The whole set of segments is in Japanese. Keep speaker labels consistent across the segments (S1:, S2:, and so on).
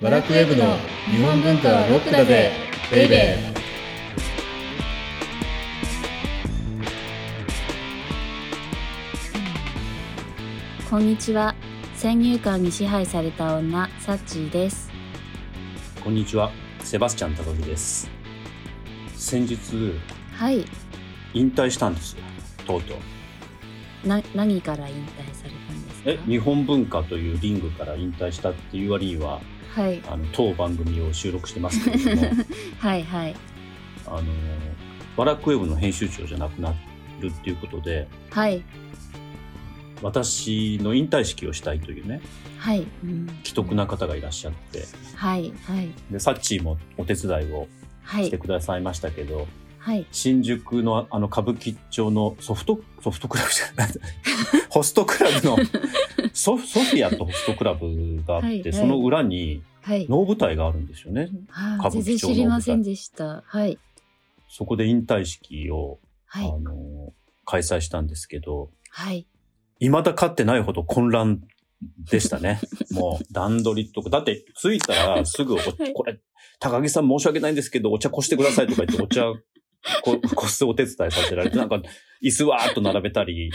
S1: ワラクウェブの日本文化はロックだぜベイベー
S2: こんにちは先入観に支配された女サッチーです
S3: こんにちは、セバスチャン高木です。先日
S2: はい
S3: 引退したんですよ。とうとう。
S2: な何から引退されたんですか
S3: え、日本文化というリングから引退したっていう割には、
S2: はい
S3: あの当番組を収録してますけれど も、
S2: はいはい
S3: あのワラクウェブの編集長じゃなくなるっていうことで、
S2: はい
S3: 私の引退式をしたいというね、
S2: はい、うん、
S3: 既得な方がいらっしゃって、
S2: はいはい
S3: でサッチーもお手伝いを
S2: は
S3: して
S2: い
S3: くださいましたけど、
S2: はい
S3: 新宿のあの歌舞伎町のソフト、ソフトクラブじゃない、ホストクラ ブのソフ、ソフィアとホストクラブがあって、
S2: はいはい
S3: その裏に
S2: はい
S3: 能舞台があるんですよね。
S2: は
S3: 歌
S2: あ
S3: 舞
S2: 全然
S3: 伎町の
S2: 知りませんでしたはい
S3: そこで引退式を、
S2: はい
S3: あの、開催したんですけど、
S2: はい
S3: 未だ勝ってないほど混乱でした ね。もう段取りとか。だって着いたらすぐお、
S2: い
S3: これ、高木さん申し訳ないんですけど、お茶こしてくださいとか言って、お茶こ、こすお手伝いさせられて、なんか、椅子わーっと並べた り、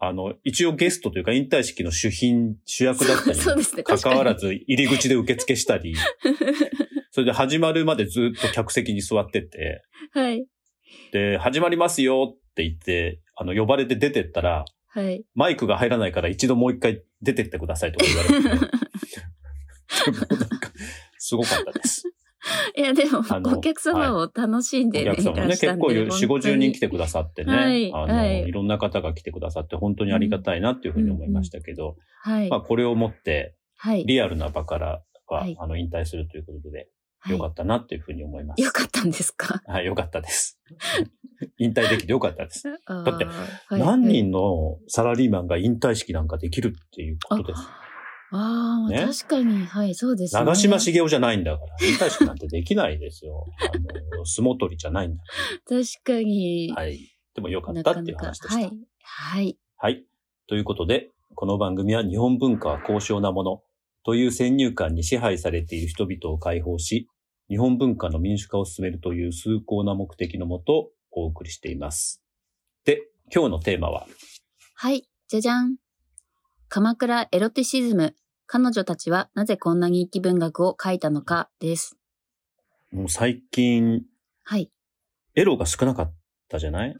S3: あの、一応ゲストというか引退式の主賓、主役だったに
S2: そうですね
S3: 関わら
S2: ず
S3: ず、入り口で受付した り、それで始まるまでずっと客席に座ってて、
S2: はい
S3: で、始まりますよって言って、あの、呼ばれて出てったら、
S2: はい
S3: マイクが入らないから一度もう一回出てってくださいとか言われ て、ね。でもなんか、すごかったです。
S2: いやでも
S3: あの
S2: お客様を楽しん
S3: お
S2: で、
S3: 客様もね、
S2: いらっしゃ
S3: 結
S2: ん
S3: 構
S2: で
S3: 4、50人来て
S2: 本
S3: くださってね、
S2: はい
S3: あの、
S2: はい
S3: い、ろんな方が来てくださって本当にありがたいなっていうふうに思いましたけど、
S2: 当にはい、
S3: まあこれをもって、
S2: はい
S3: リアルな場からは、
S2: はい
S3: あの、引退するということで、
S2: はい
S3: よかったなっていうふうに思います。
S2: よかったんですか
S3: はい、よかったです。引退できてよかったです。
S2: だ
S3: だって何人のサラリーマンが引退式なんかできるっていうことです。
S2: ああ、
S3: ね
S2: 確かに、はい、そうですね。
S3: 長嶋茂雄じゃないんだから、引退式なんてできないですよ。あの、相撲取りじゃないんだか
S2: 確かに。
S3: ら。はい。でもよかったっていう話でした。
S2: はい。はい。
S3: はい。ということで、この番組は日本文化は高尚なものという先入観に支配されている人々を解放し、日本文化の民主化を進めるという崇高な目的のもとお送りしています。で、今日のテーマは、
S2: はい。じゃじゃん。鎌倉エロティシズム。彼女たちはなぜこんなに気文学を書いたのかです。
S3: もう最近、
S2: はい。
S3: エロが少なかったじゃない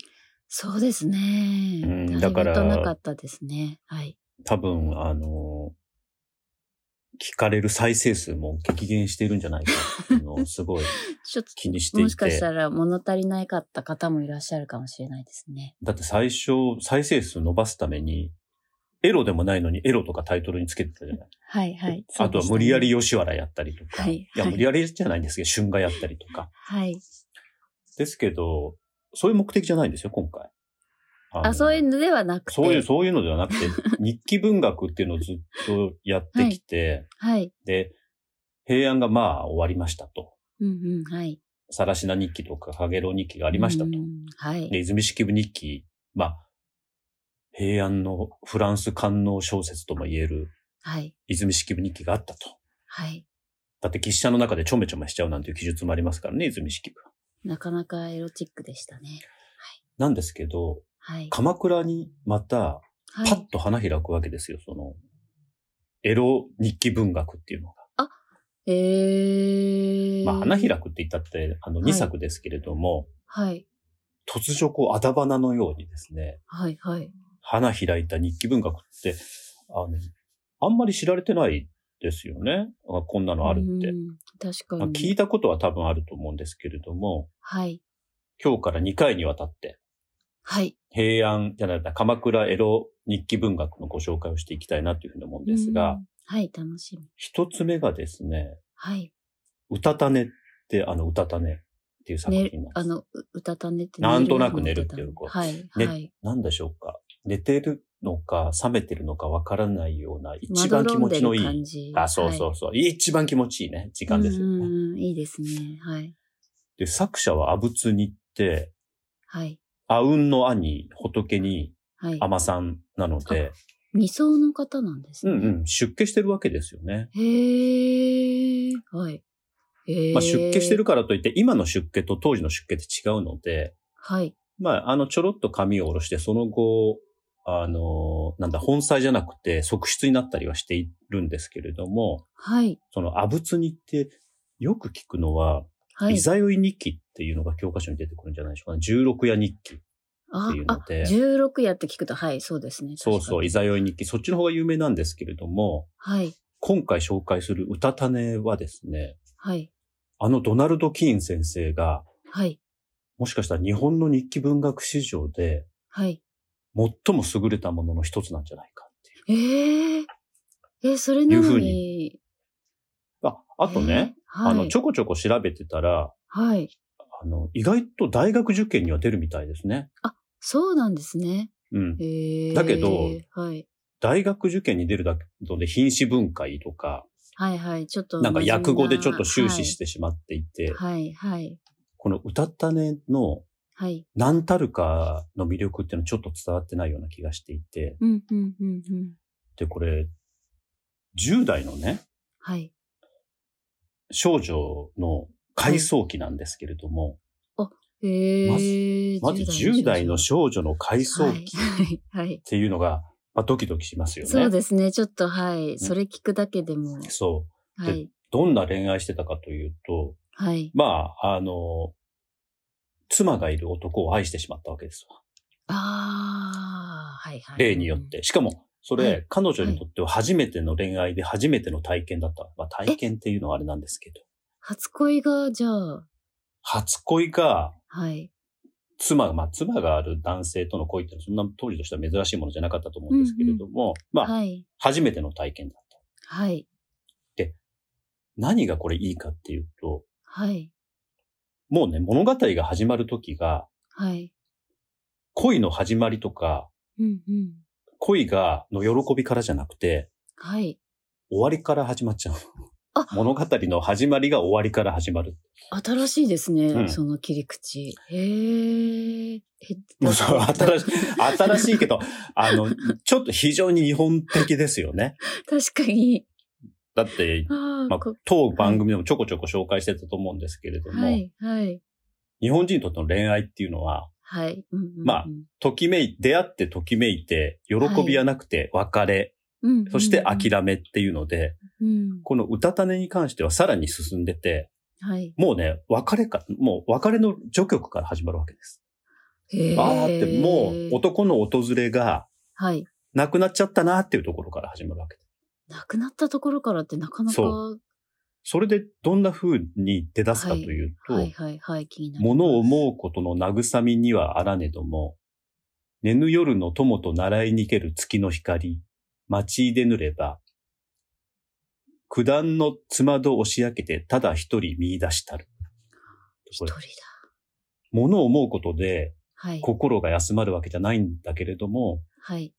S2: そうですね。
S3: うんだから
S2: いぶとなかったですね。はい。
S3: 多分、あの、聞かれる再生数も激減しているんじゃないかっていうのをすごい
S2: ちょっ
S3: 気にして
S2: と、
S3: いて。
S2: もしかしたら物足りないかった方もいらっしゃるかもしれないですね。
S3: だって最初、再生数伸ばすために、エロでもないのにエロとかタイトルにつけてたじゃない。
S2: はい、はい。
S3: あとは無理やり。吉原やったりとか。
S2: はい
S3: いや、
S2: はい
S3: 無理やりじゃないんですけど、春画やったりとか。
S2: はい。
S3: ですけど、そういう目的じゃないんですよ、今回。あの
S2: あ、そういうのではなくて。
S3: そういう、そういうのではなくて、日記文学っていうのをずっとやってきて、
S2: はい。
S3: で、平安がまあ終わりましたと。
S2: うんうん、はい。
S3: さらしな日記とか、かげろう日記があ
S2: あ
S3: りましたと。。
S2: はい。
S3: で、泉式部日記、まあ、平安のフランス官能小説とも言える
S2: はい。
S3: 泉式部日記があったと。
S2: はい。
S3: だって、喫茶の中でちょめちょめしちゃうなんていう記述もありますからね、泉式部は。
S2: なかなかエロチックでしたね。
S3: なんですけど、
S2: はい。
S3: 鎌倉にまた、
S2: は
S3: パ
S2: い
S3: ッ、と花開くわけですよ、その、エロ日記文学っていうのが。
S2: えー。
S3: まあ、花開くって言ったって、あの、
S2: はい
S3: 2作ですけれども、
S2: はい。
S3: 突如こう、あだ花のようにですね、
S2: はい、はい。
S3: 花開いた日記文学って、あの、あんまり知られてないですよね。あこんなのあるって
S2: う。ん。確か
S3: まあ
S2: に。
S3: 聞いたことは多分あると思うんですけれども、
S2: はい。
S3: 今日から2回にわたって、
S2: はい。
S3: 平安じゃないな、鎌倉エロ日記文学のご紹介をしていきたいなというふうに思うんです
S2: う
S3: が、
S2: ん。はい、楽しみ。
S3: 一つ目がですね、
S2: はい。
S3: うたた寝って、あの、うたた寝っていう作
S2: ね
S3: 品、な
S2: あ
S3: んです。
S2: の、ううたた寝って
S3: なんとなく寝るっていう
S2: こ。
S3: ことと
S2: はい、
S3: ね
S2: はい。
S3: なんでしょうか寝てるのか、覚めてるのかわからないような、一
S2: 一
S3: 番
S2: 番
S3: 気
S2: 気
S3: 持
S2: 持
S3: ち
S2: ち
S3: の
S2: の
S3: い
S2: い
S3: い
S2: い。感じ
S3: あ、そう
S2: は
S3: そ
S2: いう
S3: そう。一番気持ちいいね、時間ですよ
S2: うん
S3: ね。
S2: うんうん。いいですね。はい。
S3: で、作者は阿仏にって、
S2: はい。
S3: 阿吽の兄、仏に
S2: はい。
S3: 尼さんなので、
S2: 二層の方なんですね。
S3: うんうん、出家してるわけですよね。
S2: へー。はい。え
S3: まあ、出家してるからといって、今の出家と当時の出家って違うので、
S2: はい。
S3: まあ、あの、ちょろっと髪を下ろして、その後、あの、なんだ、本妻じゃなくて、側室になったりはしているんですけれども、
S2: はい。
S3: その、阿仏にって、よく聞くのは、
S2: はい
S3: イ。ザヨイ日記っていうのが教科書に出てくるんじゃないでしょうかね。十六夜日記っ
S2: あ
S3: ていう、の
S2: あ、
S3: で、
S2: 16やって聞くと、はい、そうですね。
S3: そうそ
S2: 確か
S3: う、イ
S2: に
S3: ザヨイ日記、そっちの方が有名なんですけれども、
S2: はい。
S3: 今回紹介する歌種はですね、
S2: はい。
S3: あのドナルド・キーン先生が、
S2: はい。
S3: もしかしたら日本の日記文学史上で
S2: はい。
S3: 最も優れたものの一つなんじゃないかっていう。
S2: えー、えー、それな
S3: いうふ
S2: の
S3: う
S2: に。
S3: あ、あとね、
S2: えー。はい。
S3: あの、ちょこちょこ調べてたら、
S2: はい。
S3: あの、意外と大学受験には出るみたいですね。
S2: そうなんですね。
S3: うん。
S2: えー、
S3: だけど
S2: はい。
S3: 大学受験に出るだけで品詞分解とか、
S2: はいはい。ちょっと。
S3: なんか訳語でちょっと終始してしまっていて、
S2: はい。はいはい。
S3: この歌ったねの
S2: はい。
S3: 何たるかの魅力っていうのはちょっと伝わってないような気がしていて、
S2: うん、うん、うん、うん。
S3: で、これ、10代のね、
S2: はい。
S3: 少女の回想期なんですけれども、
S2: えー、
S3: まず10代の少女の回想期っ
S2: はい。はい。はい
S3: ていうのが、まあ、ドキドキしますよね。
S2: そうですね。ちょっと、はい。それ聞くだけでも。
S3: そう
S2: はい。
S3: どんな恋愛してたかというと、
S2: はい。
S3: まあ、あの、妻がいる男を愛してしまったわけですわ。
S2: ああ、はいはい。
S3: 例によっ。て。しかも、それ、
S2: はい
S3: 彼女にとっては初めての恋愛で初めての体験だった。まあ、体験っていうのはあれなんですけど。
S2: 初恋が、じゃあ、
S3: 初恋が、
S2: はい。
S3: 妻、まあ、妻がある男性との恋っていうのは、そんな当時としては珍しいものじゃなかったと思うんですけれども、まあ、
S2: はい。
S3: 初めての体験だった。
S2: はい。
S3: 何がこれいいかっていうと、
S2: はい。
S3: もうね、物語が始まる時が、
S2: はい。
S3: 恋の始まりとか、
S2: うんうん。
S3: 恋が、の喜びからじゃなくて、
S2: はい。
S3: 終わりから始まっちゃう
S2: あ。
S3: 物語の始まりが終わりから始まる。
S2: 新しいですね、
S3: うん
S2: その切り口。へーえ。
S3: もうそう新しい
S2: い。
S3: 新しいけど、あの、ちょっと非常に日本的ですよね。
S2: 確かに。
S3: だって、
S2: ああ、
S3: まあ
S2: こ、
S3: 当番組でもちょこちょこ紹介してたと思うんですけれども、
S2: はい、はい。
S3: 日本人にとっての恋愛っていうのは、
S2: はい。うんうんうん
S3: まあ、ときめい、出会ってときめいて、喜びはなくて別
S2: う
S3: れ、
S2: んうんうん
S3: そして諦めっていうので、
S2: うん。
S3: この歌種に関してはさらに進んでて、
S2: はい。
S3: もうね、別れか、もう別れの序曲から始まるわけです。
S2: へー
S3: ああって、もう男の訪れが
S2: はい。
S3: なくなっちゃったなっていうところから始まるわけです。
S2: 亡くなったところからってなかなか、
S3: そそれでどんな風に出だすかというと、
S2: はいはいはい、気になる。
S3: 物を思うことの慰みにはあらねども、寝ぬ夜の友と習いにける月の光、待ち出ぬれば、九段の妻戸押し開けてただ一人見出したる。
S2: 一人だ。
S3: 物を思うことで
S2: はい。
S3: 心が休まるわけじゃないんだけれども、
S2: はい。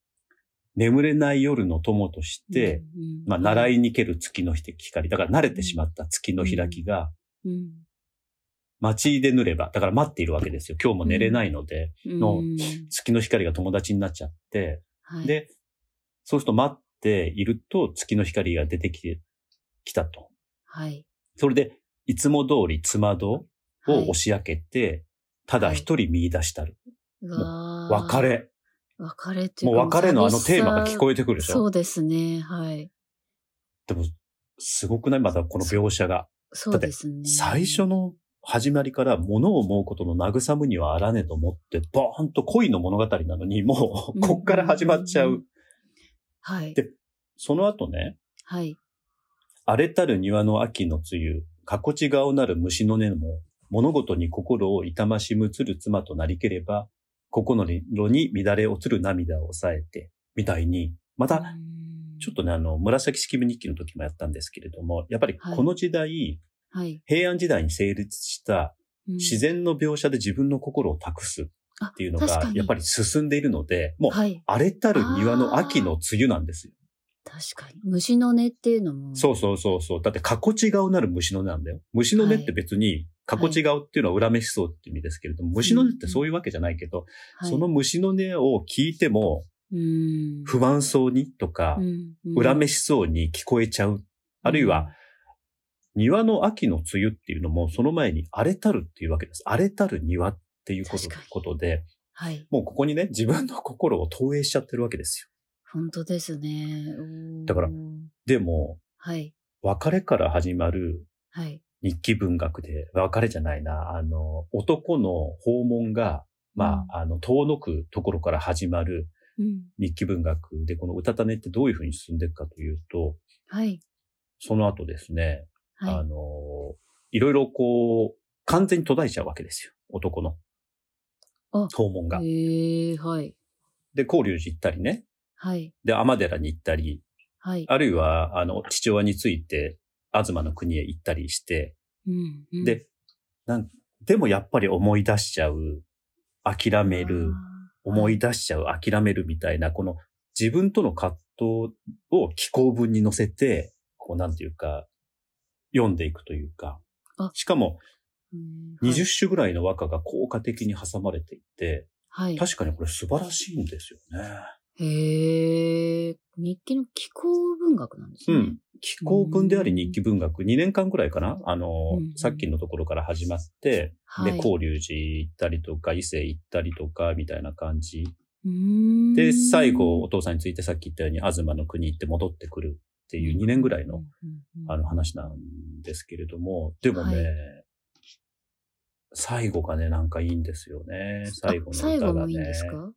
S3: 眠れない夜の友とし
S2: うん
S3: て、
S2: うん、
S3: まあ、習
S2: い。
S3: いにける月の光、だから慣れてしまった月の開きが、
S2: うん。
S3: 待ち出ぬれば、だから待っているわけですよ。今日も寝れないので、の
S2: うん
S3: 月の光が友達になっちゃって、
S2: はい、
S3: で、そうすると待っていると月の光が出てきて、きたと。
S2: はい。
S3: それで、いつも通り妻戸を押し開けて、ただ一人見出したる。
S2: はい、
S3: 別。れ。
S2: 別れってい
S3: もう別れのあのテーマが聞こ
S2: え
S3: えてくる
S2: る
S3: でし
S2: そ
S3: ょ
S2: うですね。はい。
S3: でも、すごくないまだこの描写が。
S2: そうですね。
S3: 最初の始まりから物を思うことの慰むにはあらねと思って、ボーンと恋の物語なのに、もう、こっから始まっちゃ
S2: うんうん
S3: う。
S2: はい。
S3: でその後ね、
S2: はい。
S3: 荒れたる庭の秋の梅雨、過こち顔なる虫の根も、物事に心を痛ましむつる妻となりければ、心に乱れ落ちる涙を抑えて、みたいに、また、ちょっとね、あの、紫式部日記の時もやったんですけれども、やっぱりこの時代、
S2: と、はい、
S3: 平安時代に成立した
S2: うん
S3: 自然の描写で自分の心を託すっていうの
S2: あ確
S3: が
S2: か、に
S3: やっぱり進んでいるので、もう、
S2: はい。
S3: 荒れたる庭の秋の梅雨なんですよ。
S2: 確かに。虫の音っていうのも。
S3: そうそうそうそう。だって、過こち顔なる虫の音なんだよ。虫の音って別に、過こち顔っていうのは裏飯そうって意味ですけれども、虫の音ってそういうわけじゃないけど、
S2: はい、
S3: その虫の音を聞いても、
S2: うん、
S3: 不安そうにとか
S2: う、ん、うん
S3: 裏飯そうに聞こえちゃう。あるいは、庭の秋の梅雨っていうのも、その前に荒れたるっていうわけです。荒れたる庭っていうこと
S2: 確かに
S3: ことで、
S2: はい。
S3: もうここにね、自分の心を投影しちゃってるわけですよ。
S2: 本当ですね。うーん
S3: だから。でも、
S2: はい。
S3: 別れから始まる
S2: はい。
S3: 日記文学で、別れじゃないな、あの、男の訪問が、まあ、あの、遠のくところから始まる
S2: うん。
S3: 日記文学で、この歌種ってどういうふうに進んでいくかというと、
S2: はい。
S3: その後ですね、あ
S2: はい。
S3: の、いろいろこう、完全に途絶えちゃうわけですよ。男の
S2: あ。
S3: 訪問が。
S2: えー、はい。
S3: で、交流寺行ったりね。
S2: はい。
S3: で、天寺に行ったり、
S2: はい。
S3: あるいは、あの、父親について、東の国へ行ったりして、
S2: うんうん
S3: で、なん、でもやっぱり思い出しちゃう、諦める、
S2: あー
S3: 思い出しちゃう、諦めるみたいな、この自分との葛藤を気候文に乗せて、こうなんていうか、読んでいくというか
S2: あ、
S3: しかも
S2: うんはい
S3: 20種ぐらいの和歌が効果的に挟まれていて、
S2: はい。
S3: 確かにこれ素晴らしいんですよね。
S2: へえ、日記の気候文学なんです
S3: う
S2: ね。
S3: ん。気候文であり
S2: うん
S3: 日記文学、2年間くらいかなあの、
S2: うん
S3: さっきのところから始まって、
S2: はい。
S3: で、交流寺行ったりとか、伊勢行ったりとか、みたいな感じ
S2: うーん
S3: で、最後、お父さんについてさっき言ったように、東の国行って戻ってくるっていう2年ぐらいの、、
S2: うんうんうん
S3: あの話なんですけれども、でもね、
S2: はい
S3: 最後がね、なんかいいんですよね。最後
S2: あ
S3: の
S2: 最
S3: 歌
S2: 後
S3: が
S2: もいいん
S3: ね。
S2: ですか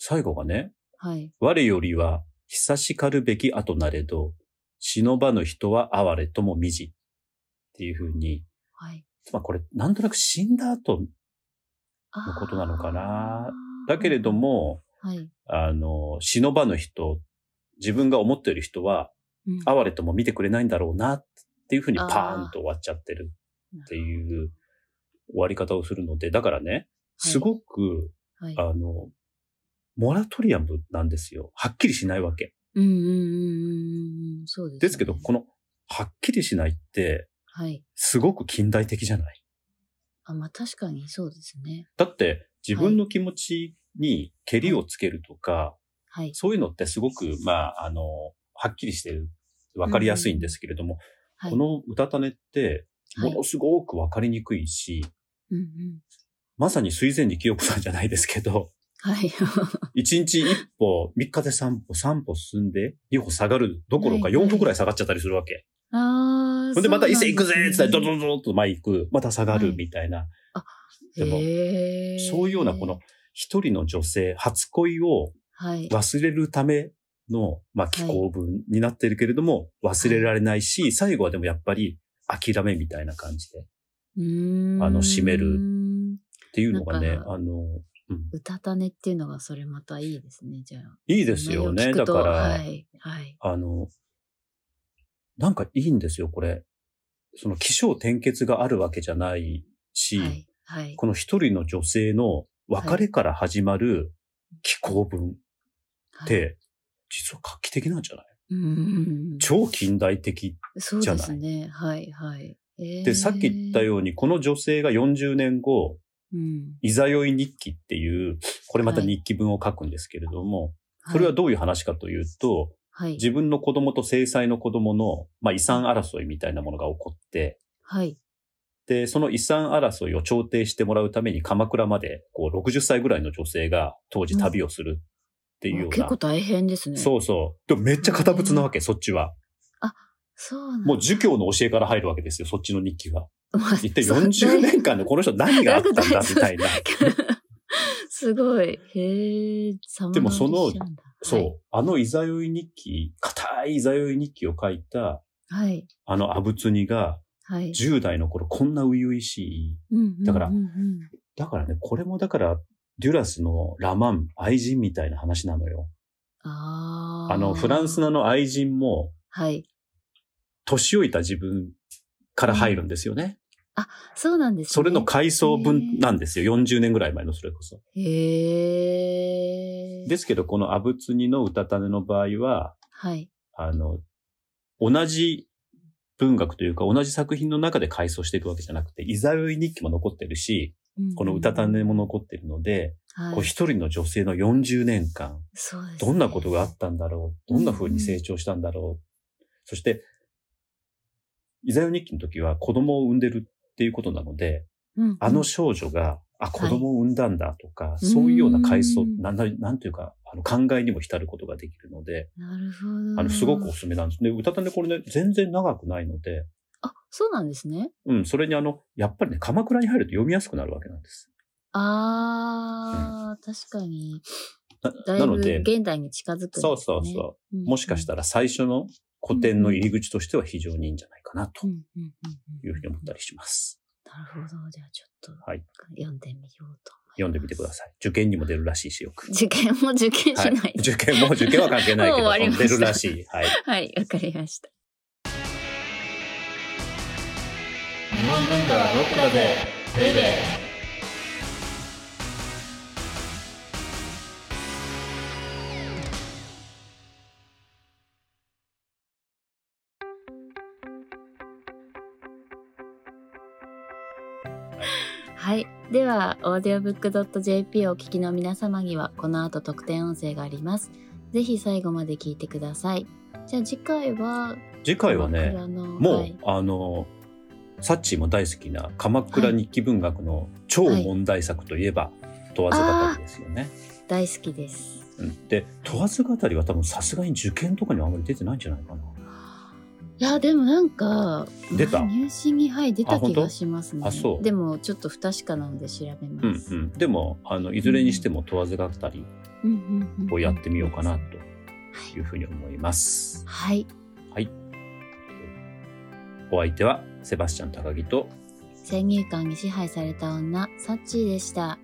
S3: 最後がね、
S2: はい。
S3: 我よりは久しかるべき後なれど、忍ばぬ人は哀れとも未じ。っていうふうに、
S2: はい。
S3: まあこれ、なんとなく死んだ後、
S2: あー
S3: のことなのかな。だけれど、も、
S2: はい。
S3: あの、忍ばぬ人、自分が思っている人は、
S2: うん
S3: 哀れとも見てくれないんだろうなっていうふうに
S2: あー
S3: パーンと終わっちゃってるっていう終わり方をするので、だからね、すごく、
S2: はい。
S3: あの、モラトリアムなんですよ。はっきりしないわけ。
S2: うんうんうんうんうん。そうです、ね。
S3: ですけど、この、はっきりしないって、
S2: はい。
S3: すごく近代的じゃない
S2: あ、まあ確かにそうですね。
S3: だって、自分の気持ちに蹴りをつけるとか、
S2: はい。
S3: そういうのってすごく、まあ、あの、はっきりしてる、わかりやすいんですけれども、
S2: はい。
S3: この歌種って、
S2: は
S3: も
S2: い、
S3: のすごくわかりにくいし、
S2: うんうん。
S3: まさに水前寺清子さんじゃないですけど、
S2: はい。
S3: 一日一歩、三日で三歩、三歩進んで、二歩下がるどころか
S2: はいはい
S3: 四歩ぐらい下がっちゃったりするわけ。
S2: ああ。
S3: ほんでまた伊勢行くぜ
S2: そうなん
S3: っ
S2: です
S3: つっ
S2: ね
S3: て、ドドドドッと前行く、また下が
S2: は
S3: る
S2: い
S3: みたいな、でも
S2: へー
S3: そういうようなこの、一人の女性、初恋を
S2: はい。
S3: 忘れるための、まあ、気候文になってるけれども、忘れられないし、最後はでもやっぱり諦めみたいな感じで。っ
S2: うーん
S3: あの締める。ていうのがね
S2: なん、か
S3: あの、
S2: うたた寝っていうのがそれまたいいですね、じゃあ。
S3: いいですよ
S2: 内
S3: ね。
S2: 容聞
S3: だ
S2: くと
S3: から、
S2: はい。はい。
S3: あの、なんかいいんですよ、これ。その気象転結があるわけじゃないし、
S2: はい。はい。
S3: この一人の女性の別れから始まる気候文っ
S2: はい、
S3: て、実は画期的なんじゃない
S2: うんうんうん
S3: 超近代的
S2: そうですね。はい。はい。えー
S3: で、さっき言ったように、この女性が40年後、
S2: うん。
S3: いざよい日記っていう、これまた
S2: はい
S3: 日記文を書くんですけれども、それはどういう話かというと、
S2: はい。はい。
S3: 自分の子供と正妻の子供の、まあ、遺産争いみたいなものが起こって、
S2: はい。
S3: で、その遺産争いを調停してもらうために鎌倉まで、こう、60歳ぐらいの女性が当時旅をするっていうよう
S2: 結
S3: な。
S2: 構大変ですね。う。
S3: そうそう。でもめっちゃ堅物なわけ、そっちは。
S2: そうなんだ
S3: もう儒教の教えから入るわけですよ、そっちの日記は。
S2: まあ
S3: 一体
S2: そう
S3: 40年間でこの人何があ ったんだみたいな。
S2: すごい。へえ、
S3: でもその
S2: 様変わりしちゃんだ
S3: そう、。あのいざよい日記、硬いいざよい日記を書いた、
S2: はい。
S3: あの阿部にが、
S2: はい。
S3: 10代の頃こんな初々しい。だから
S2: うんうんうんうん
S3: だからね、これもだから、デュラスのラマン、愛人みたいな話なのよ。
S2: あー
S3: あの、フランスのあの愛人も、
S2: はい。
S3: 年老いた自分から入るんですよね。
S2: そうなんですね。
S3: それの回想分なんですよ。40年ぐらい前のそれこそ。
S2: へえ。
S3: ですけど、この阿部にの歌種の場合は、
S2: はい。
S3: あの、同じ文学というか同じ作品の中で回想していくわけじゃなくて、いざよい日記も残ってるし、この歌種も残ってるので、
S2: はい、
S3: こう一人の女性の40年間、
S2: そうですね
S3: どんなことがあったんだろう、どんな風に成長したんだろう、そして、イザヨ日記の時は子供を産んでるっていうことなので、
S2: うん
S3: あの少女が、あ、子供を産んだんだとか、そういうような回想、
S2: うん
S3: なんだなんというか、あの考えにも浸ることができるので、
S2: なるほど。
S3: あの、すごくおすすめなんです。で、歌たね、これね、全然長くないので、
S2: あ、そうなんですね。
S3: うん、それにあの、やっぱりね、鎌倉に入ると読みやすくなるわけなんです。
S2: あー、確かに。
S3: な
S2: だ
S3: ない
S2: ぶ
S3: ので、
S2: 現代に近づくんですね。
S3: そうそうそうう。
S2: ん。
S3: もしかした
S2: ら、
S3: ら最初の古典の入り口としては非常にいいんじゃないかなと
S2: うん
S3: い
S2: うんうんうん
S3: うふうに思ったりします。
S2: なるほど。じゃあちょっと、
S3: はい
S2: 読んでみようと
S3: 読んでみてください。受験にも出るらしいし、よく。
S2: 受験も受験し
S3: は
S2: ないい。。
S3: 受験も受験は関係な いけ
S2: もう終わりまし
S3: ど、
S2: た
S3: 出るらしい。はい。
S2: はい、わかりました。
S1: 日本文化はロックだぜベイベー
S2: はい。では、audiobook.jp をお聞きの皆様には、この後特典音声があります。ぜひ最後まで聞いてください。じゃあ次回は、
S3: 次回はね、
S2: 鎌倉の
S3: も
S2: は
S3: う
S2: い、
S3: あの、サッチーも大好きな鎌倉日記文学の超問題作といえば、問わず語りですよね。
S2: 大好きです。
S3: うんで、問わず語りは多分さすがに受験とかにはあまり出てないんじゃないかな。
S2: いや、でもなんか、
S3: 出た
S2: 前入試に、はい、出
S3: あ
S2: た
S3: 本
S2: 気
S3: 当
S2: がしますね。
S3: あそう
S2: でも、ちょっと不確かなので調べ
S3: うん
S2: ます。
S3: うん。でも、あの、いずれにしても問わず語り
S2: うんうんうん
S3: をやってみようかなというふうに思います。
S2: はい。
S3: お相手はセバスチャン高木と
S2: 先入観に支配された女、サッチーでした。